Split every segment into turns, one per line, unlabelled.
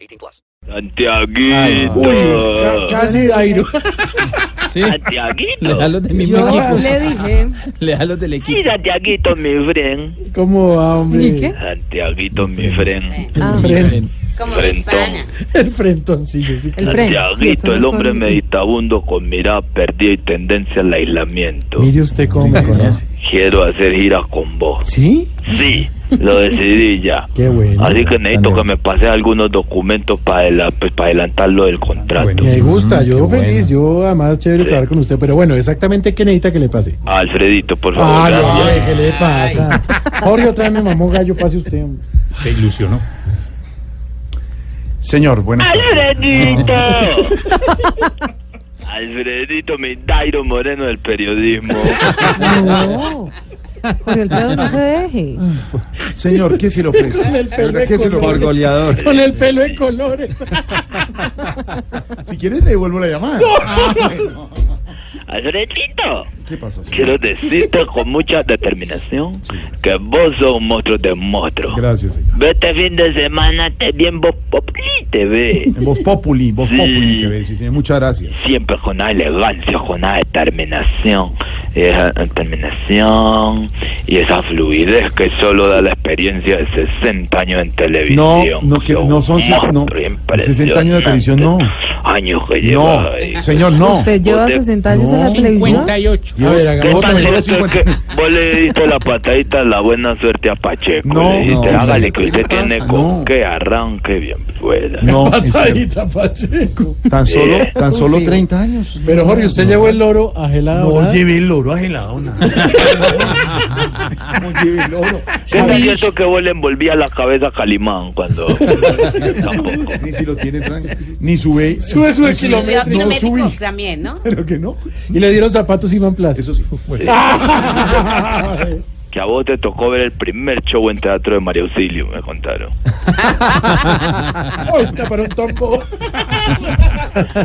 18 plus.
Uy, ca-
Santiaguito.
casi Dairo.
Sí,
Le da
Santiaguito.
los del mismo
Yo-
equipo.
Le dije,
Le da los del equipo.
Sí, Santiaguito, mi friend.
¿Cómo va,
¿y qué?
hombre?
Santiaguito, mi friend.
Ah,
Fren-
como
Frentón.
el frentoncillo, sí.
El fren. sí, esto
Santiaguito,
no es
el hombre
con-
meditabundo con mirada perdida y tendencia al aislamiento.
Mire usted cómo me conoce.
Quiero hacer giras con vos.
¿Sí?
Sí, lo decidí ya.
Qué bueno.
Así que necesito que me pases algunos documentos para adelantar lo del contrato.
Me gusta,
Mm,
yo
qué
feliz, yo además chévere
Sí.
trabajar con usted, pero bueno, exactamente qué necesita que le pase.
Alfredito, por
Ah,
favor.
no,
gracias.
ay, ¿qué le pasa? Jorge, otra vez me mamó gallo, pase usted. hombre.
Te ilusionó. Señor, buenas tardes.
Alfredito. Alfredito, mi Dairo Moreno del periodismo.
No. Jorge Alfredo, no se deje.
Ah. Señor, ¿qué se le ofrece?
el
¿De verdad, ¿Qué se le
pelo de
ofrece?
goleador.
Con el pelo de colores.
Si quieres, le devuelvo la llamada.
Alfredito,
¿Qué pasó? señor?
quiero decirte con mucha determinación que vos sos un monstruo de monstruo.
Gracias, señor.
Ve este fin de semana te vi en Voz Populi TV.
En Voz Populi, Voz
Sí.
Populi TV, sí, señor. Muchas gracias.
Siempre con una elegancia, con una determinación. Esa determinación y esa fluidez que solo da la experiencia de 60 años en
No,
televisión.
no, que, no son ses- no,
Monstruo
60 años de televisión, no.
impresionante. Años que lleva. ahí.
No, señor, no.
¿Usted lleva
Usted-
60 años en la
No.
televisión?
58.
A ver,
¿Qué
hagamos
tal
otra
si
vez,
usted
50.
que- vos le diste la patadita la buena suerte a Pacheco?
No,
le dijiste,
no,
hágale
no,
que usted
¿qué pasa?
tiene con
No.
que arranque bien pueda.
No, en serio.
Patadita, Pacheco.
tan solo, tan solo
Sí.
30 años.
Pero Jorge, usted llevó el loro a gelado.
No
¿verdad?
lleve el oro a Geladona. No lleve el oro.
Yo no es cierto que vos le envolvías la cabeza a Calimán cuando... Tampoco.
Ni si lo tiene tranqui. Ni sube.
Sube, sube kilométrico.
No subí.
también, ¿no?
Pero que no.
Y le dieron zapatos Iman Plaza.
Eso sí. Bueno.
Que a vos te tocó ver el primer show en teatro de María Auxilio, me contaron.
Ahorita para un tombo.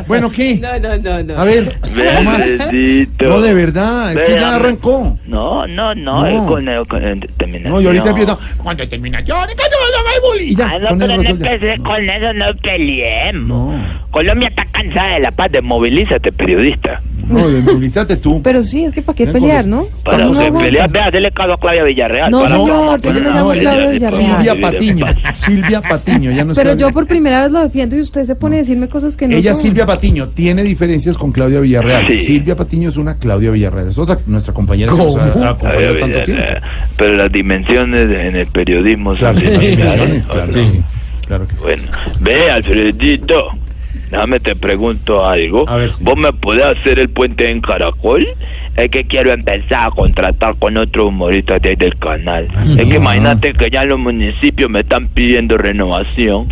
Bueno, ¿qué?
No, no, no, no.
A ver, no más.
Alfredito.
No, de verdad, es que
Ve,
ya
Alfred-
arrancó.
No, no, no,
No.
es con el, con el determinación.
No, y ahorita empieza. Cuando termina, yo ahorita te voy a dar el bullying. Y ya,
Ah, no,
con
pero
eso
no
resuelve.
empecé con eso, no peleemos.
No.
Colombia está cansada de la paz, desmovilízate, periodista.
No, desmovilízate tú.
Pero sí, es que ¿para qué
Ven,
pelear,
Jorge.
no?
Para
No,
usted
no,
pelear, vea, dele caso a Claudia Villarreal.
No,
Ah,
Para-
señor, yo no me llamo
ella-
Claudia Villarreal.
Silvia Patiño. Silvia Patiño, ya no es
Pero
Claudia.
yo por primera vez lo defiendo y usted se pone a decirme cosas que no
Ella,
son.
Silvia Patiño, tiene diferencias con Claudia Villarreal.
Sí.
Silvia Patiño es una Claudia Villarreal. Es otra, nuestra compañera
¿Cómo?
que nos ha- ha
Claudia
acompañado tanto tiempo.
Villarreal. Pero las dimensiones en el periodismo
Claro,
son
sí,
diferentes.
claro,
¿no?
que sí. Claro que sí.
Bueno, ve, Alfredito, déjame te pregunto algo.
A ver, sí.
¿Vos me podés hacer el puente en Caracol? Es que quiero empezar a contratar con otro humorista desde el canal.
Ah,
es que imagínate que ya en los municipios me están pidiendo renovación,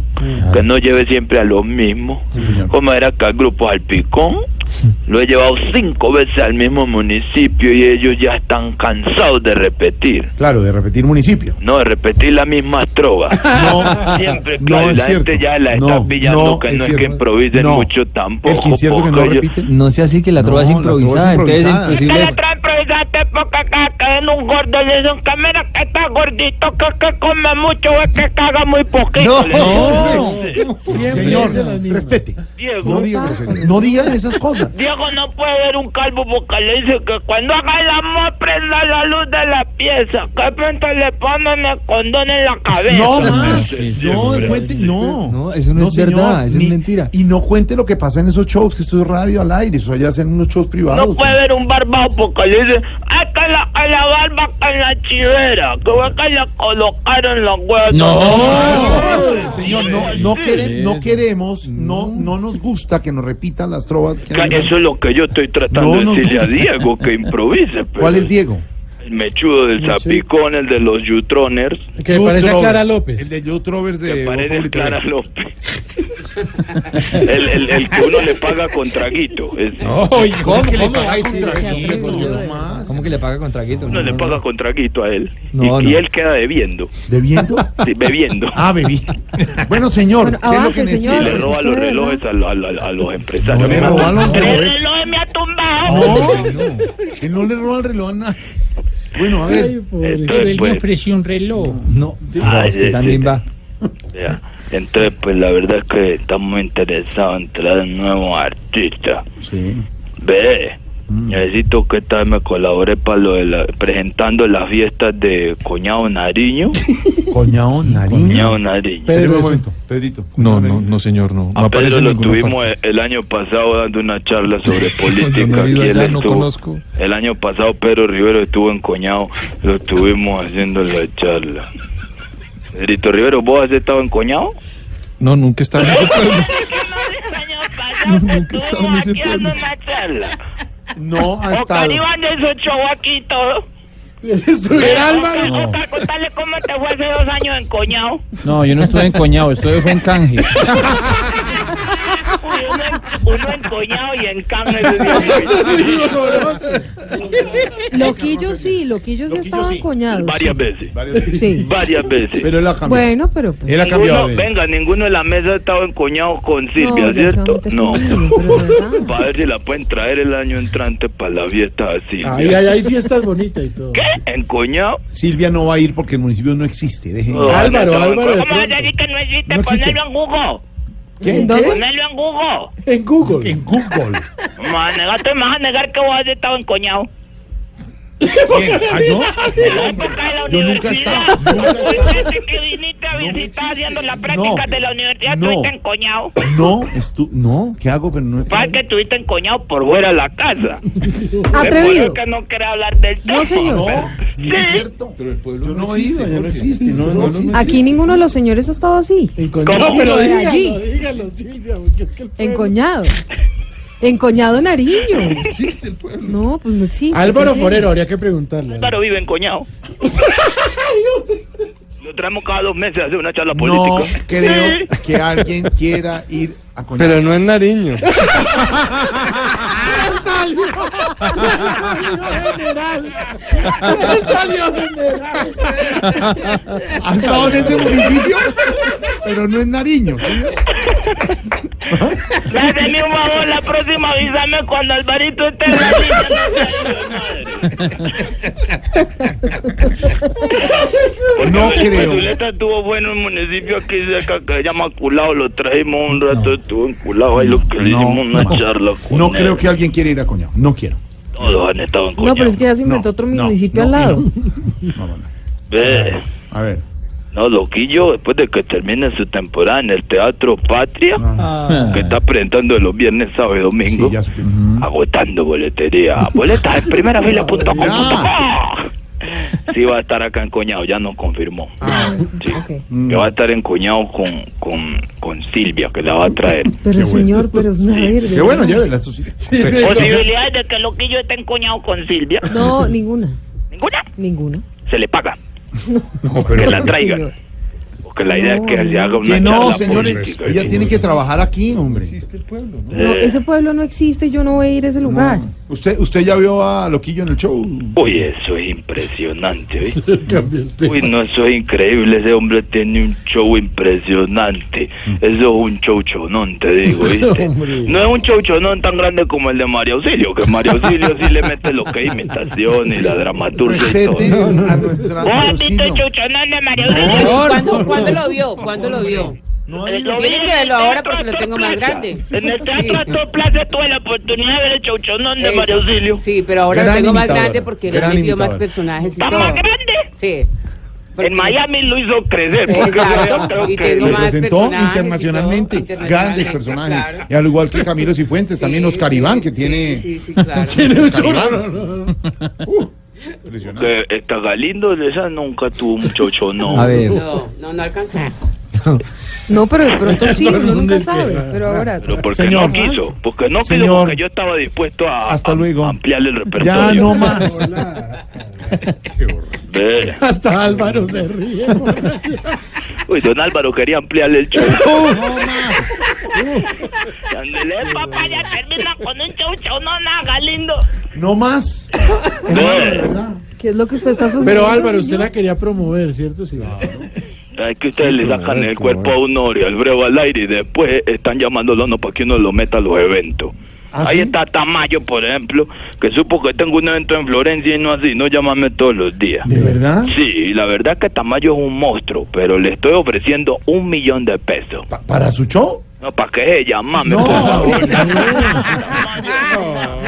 que no lleve siempre a los mismos.
Mm. señor.
¿Cómo era que el grupo Alpicón? Lo he llevado cinco veces al mismo municipio y ellos ya están cansados de repetir.
Claro, de repetir municipio.
No, de repetir las mismas trovas.
No,
Siempre,
no
claro,
es
la
cierto.
gente ya la
No,
está pillando
no,
que
es
no es, que
cierto.
improvisen
No.
mucho tampoco.
El que es cierto que no
porque ellos-
repite.
No sea así que la trova es
No, la trova es
improvisada, entonces es
improvisada.
imposible.
Que la trae improvisada porque acá caen un gordo de son cámara que está gordito, que, que come mucho o que caga muy poquito.
No,
Le digo,
no.
Siempre
Señor,
dice las mismas.
respete. No
Diego,
diga, groserías. no diga esas cosas.
Diego no puede ver un calvo porque le dice que cuando haga el amor prenda la luz de la pieza, que pronto le ponen el condón en la cabeza.
No más.
Sí, sí,
no,
hombre.
cuente, no.
No, eso no es verdad, eso es mentira.
Y no cuente lo que pasa en esos shows, que esto es radio al aire, eso allá hacen unos shows privados.
No puede ver un barbado porque le dice, ah, que la, que la barba con la chivera, que fue que le colocaron los huevos.
No, señor, no, no, quere- no queremos, no, no nos gusta que nos repitan las trovas. que
Que
hay-
Eso es lo que yo estoy tratando
No,
de
no,
decirle
no.
a Diego, que improvise. pero-
¿Cuál es Diego?
mechudo del
Mechudo.
Zapicón, el de los Jutroners,
Que parece a
Jutrovers,
Clara López.
El de Jutrovers
que
de Voz
parece
Populi
Clara
TV.
López. el, el- el que uno le paga con traguito. ese.
¿Cómo que le paga
Ay,
con
sí,
traguito,
sí,
no
sí.
más?
¿Cómo que le paga con traguito?
Uno le paga con traguito a él. y,
No,
y
no.
él queda debiendo,
¿Bebiendo?
sí, bebiendo.
Ah, bebí. Bueno, señor,
Bueno,
¿qué es lo
avance,
que necesita?
Y
señor.
le roba los
usted, ¿no?
relojes a, lo- a lo- a los
No
empresarios.
le roba a los
¡El
relojes.
reloj me ha tumbado!
No, que no le roba el reloj a nadie. Bueno, a ver.
Entonces, pues,
No,
Ay,
usted
sí,
también
sí.
va.
ya. entonces, pues la verdad es que estamos interesados en traer nuevos artistas.
Sí.
Ve,
Mm.
necesito que tal me colabore para lo de la- presentando las fiestas de Coñado Nariño.
Coñao, nariño.
Coñado Nariño.
Pedro, un
eso.
momento. Pedrito.
No, no, no, señor, no.
A
no aparece
Pedro
en
lo
ninguna
tuvimos
parte.
el, el año pasado dando una charla sobre
Yo
política.
no he
Aquí
ido
él
allá, no
estuvo-
conozco.
El año pasado Pedro Rivero estuvo en Coñado, lo estuvimos haciendo la charla. Pedrito Rivero, ¿vos has estado en Coñado?
No, nunca estaba en ese pueblo. Nunca estaba en ese pueblo.
No
Oh,
ha estado.
de su show aquí todo.
Estuviera Álvaro.
Contale cómo te fue hace dos años en Coñado.
No, yo no estuve en Coñado, estuve fue en Canje.
Uno en, Coñado y en Cannes.
Loquillo sí, Loquillo sí
Loquillo
estaba
sí.
coñado.
Varias veces,
Sí.
varias veces.
Pero él ha cambiado.
Bueno, pero pues,
él ha cambiado.
Ninguno,
de-
venga, ninguno de la mesa ha estado en Coñado con Silvia,
no, ya
¿cierto?
solamente
No.
conmigo, pero de verdad.
Para ver si la pueden traer el año entrante para la fiesta de Silvia.
Ahí ahí hay fiestas bonitas y todo.
¿Qué? ¿En Coñado?
Silvia no va a ir porque el municipio no existe. Dejen.
No,
Álvaro,
no,
Álvaro,
¿Cómo
de
vas a
pronto.
decir que no existe?
No existe.
Ponerlo en Google.
¿En dónde?
Ponerlo en Google.
En Google.
En Google.
Me vas a negar, tú me vas a negar que vos has estado en Coñado.
¿Quién? Ah,
En la
no?
época de la
Yo nunca he
universidad.
estado, nunca he
Fuiste que viniste a
No
visitar
existe.
haciendo la práctica
No.
de la universidad,
No.
estuviste en Coñado.
No, estu- no, ¿qué hago? Pero no está
Fue que estuviste en Coñado por fuera de la casa.
Atrevido.
Recuerdo que no quería hablar del tema.
No, señor.
No, ni es cierto.
Pero el pueblo
Yo no he ido, ya no existe. No, no, no, no
Aquí ninguno de los señores ha estado así,
En Coñado.
¿Cómo?
No, pero
De
dígalo,
allí.
dígalo, Silvia, porque es que el pueblo-
encoñado. Encoñado Nariño.
existe el pueblo.
No, pues no existe.
Álvaro
¿qué es
Forero,
eso?
habría que preguntarle.
Álvaro vive en Coñado. Nos traemos cada dos meses a hacer una charla
No
política.
creo que alguien quiera ir a Coñado.
Pero no en Nariño.
Salió general.
ha estado en ese municipio, pero no en Nariño. ¿sí?
Me hace mi un favor, la próxima avísame cuando Alvarito esté en la
No creo.
Zuleta tuvo bueno en un municipio aquí cerca que se llama Culao, lo trajimos un rato, estuvo en Culao, ahí lo que le hicimos una charla con
no
él.
creo que alguien quiera ir a Coñado. No quiero.
Todos han estado en Cuñao.
No, pero es que ya se inventó
No,
otro
no,
municipio
no,
al lado.
No, no, no.
Ve,
A ver.
no, Loquillo, después de que termine su temporada en el Teatro Patria, que está presentando los viernes, sábado y domingo,
Ah. Sí, ya supimos.
agotando boletería. Boletas en primera Sí, va a estar acá en Coñado, ya nos confirmó.
Ah,
Sí.
Ok.
Que va a estar en Coñado con, con, con Silvia, que la va a traer.
Pero señor, pero a ver.
qué bueno, llévela, eso sí.
Posibilidades de que Loquillo esté en Coñado con Silvia.
No, ninguna.
Ninguna.
Ninguna.
Se le paga.
No,
Que
pero
la traigan. Porque la idea es que se haga una
Que no,
charla
señores.
política.
Ella tiene que trabajar aquí, hombre.
No,
Eh,
ese pueblo no existe, yo no voy a ir a ese lugar.
¿Usted, usted ya vio a Loquillo en el show?
Uy, eso es impresionante, ¿oíste? Uy, no, eso es increíble. Ese hombre tiene un show impresionante. Eso es un show chonón, te digo, ¿viste? No es un show chonón tan grande como el de María Auxilio, que María Auxilio sí le mete lo que es imitación y la dramaturgia
Pues,
y todo.
Respete a nuestra.
¿Vos has visto el
Rocino.
show chonón de María Auxilio?
¿Cuándo, cuándo lo vio? ¿Cuándo lo vio?
No
Eh,
hay-
lo vi
Tiene
en
que
el
verlo ahora
Teatro
porque lo
Astor
tengo más
Plaza.
grande.
En el Teatro Astor Plaza tuve la oportunidad de ver el show chonón de
Eso.
María Auxilio.
Sí, pero ahora
Gran
lo tengo más
imitadora,
grande porque él
gran
vivió más
imitadora.
personajes y
¡Está
todo.
más grande!
Sí.
En Miami lo hizo crecer. Porque
Exacto,
creo
y
que
tengo
Lo
más
presentó
personajes y
internacionalmente,
todo, internacionalmente,
grandes personajes.
claro.
Y al igual que Camilo Cifuentes, también Oscar Iván, que tiene.
Sí, sí, claro.
Oscar Iván. Uh, impresionante.
eh, Que esta Galindo de esa nunca tuvo un chocho, no.
A ver,
No, no, no alcanzó.
No, pero de pronto sí,
Todo el
uno
mundo
nunca
espera.
sabe. Pero ahora.
Pero porque
Señor.
no quiso, porque no quiso,
Señor.
porque yo estaba dispuesto a,
Hasta
a-
luego.
a ampliarle el repertorio.
Ya no más.
Ve.
Hasta Álvaro se ríe.
Uy, don Álvaro quería ampliarle el show. Ándele, papá, ya
termina con un chau chau, no nada, lindo.
No más.
ve.
¿Qué es lo que usted está sugiriendo?
Pero Álvaro, usted
señor?
la quería promover, ¿cierto? Sí.
Es que ustedes le sacan el cuerpo a uno y el breo al aire y después están llamándolo a uno para que uno lo meta a los eventos.
¿Ah,
Ahí
sí?
está Tamayo, por ejemplo, que supo que tengo un evento en Florencia y no así, no llámame todos los días.
¿De verdad?
Sí, y la verdad es que Tamayo es un monstruo, pero le estoy ofreciendo un millón de pesos.
Pa- ¿Para su show?
No, ¿para qué es ella? Mame,
No.
por favor.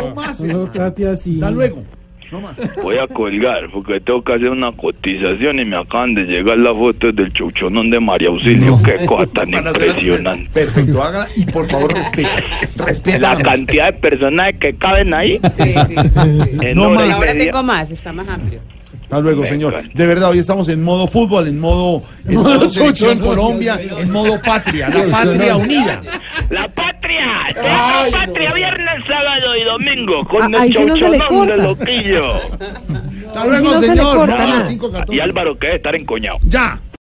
No más. eh.
No lo trate así.
Hasta luego. No más.
Voy a colgar porque tengo que hacer una cotización y me acaban de llegar las fotos del chuchonón de María Auxilio. Qué cosa tan
Para hacer-
impresionante.
Perfecto, hágala y por favor respeta. Respeta.
La cantidad de personajes que caben ahí.
Sí, sí, sí. sí.
en
No
hora
más.
y
Ahora
media.
tengo más, está más amplio.
Hasta luego,
Venga.
señor. De verdad, hoy estamos en modo fútbol, en modo, en modo selección Colombia, en modo patria, la patria unida.
La patria, la patria, viernes, sábado y domingo con
Ah,
el
ahí sí no se le
chauchonón de
corta.
loquillo.
Hasta
Ahí sí
luego,
no se le
señor.
corta
No,
nada.
cinco, catorce.
Y Álvaro, que debe estar encoñado.
Ya.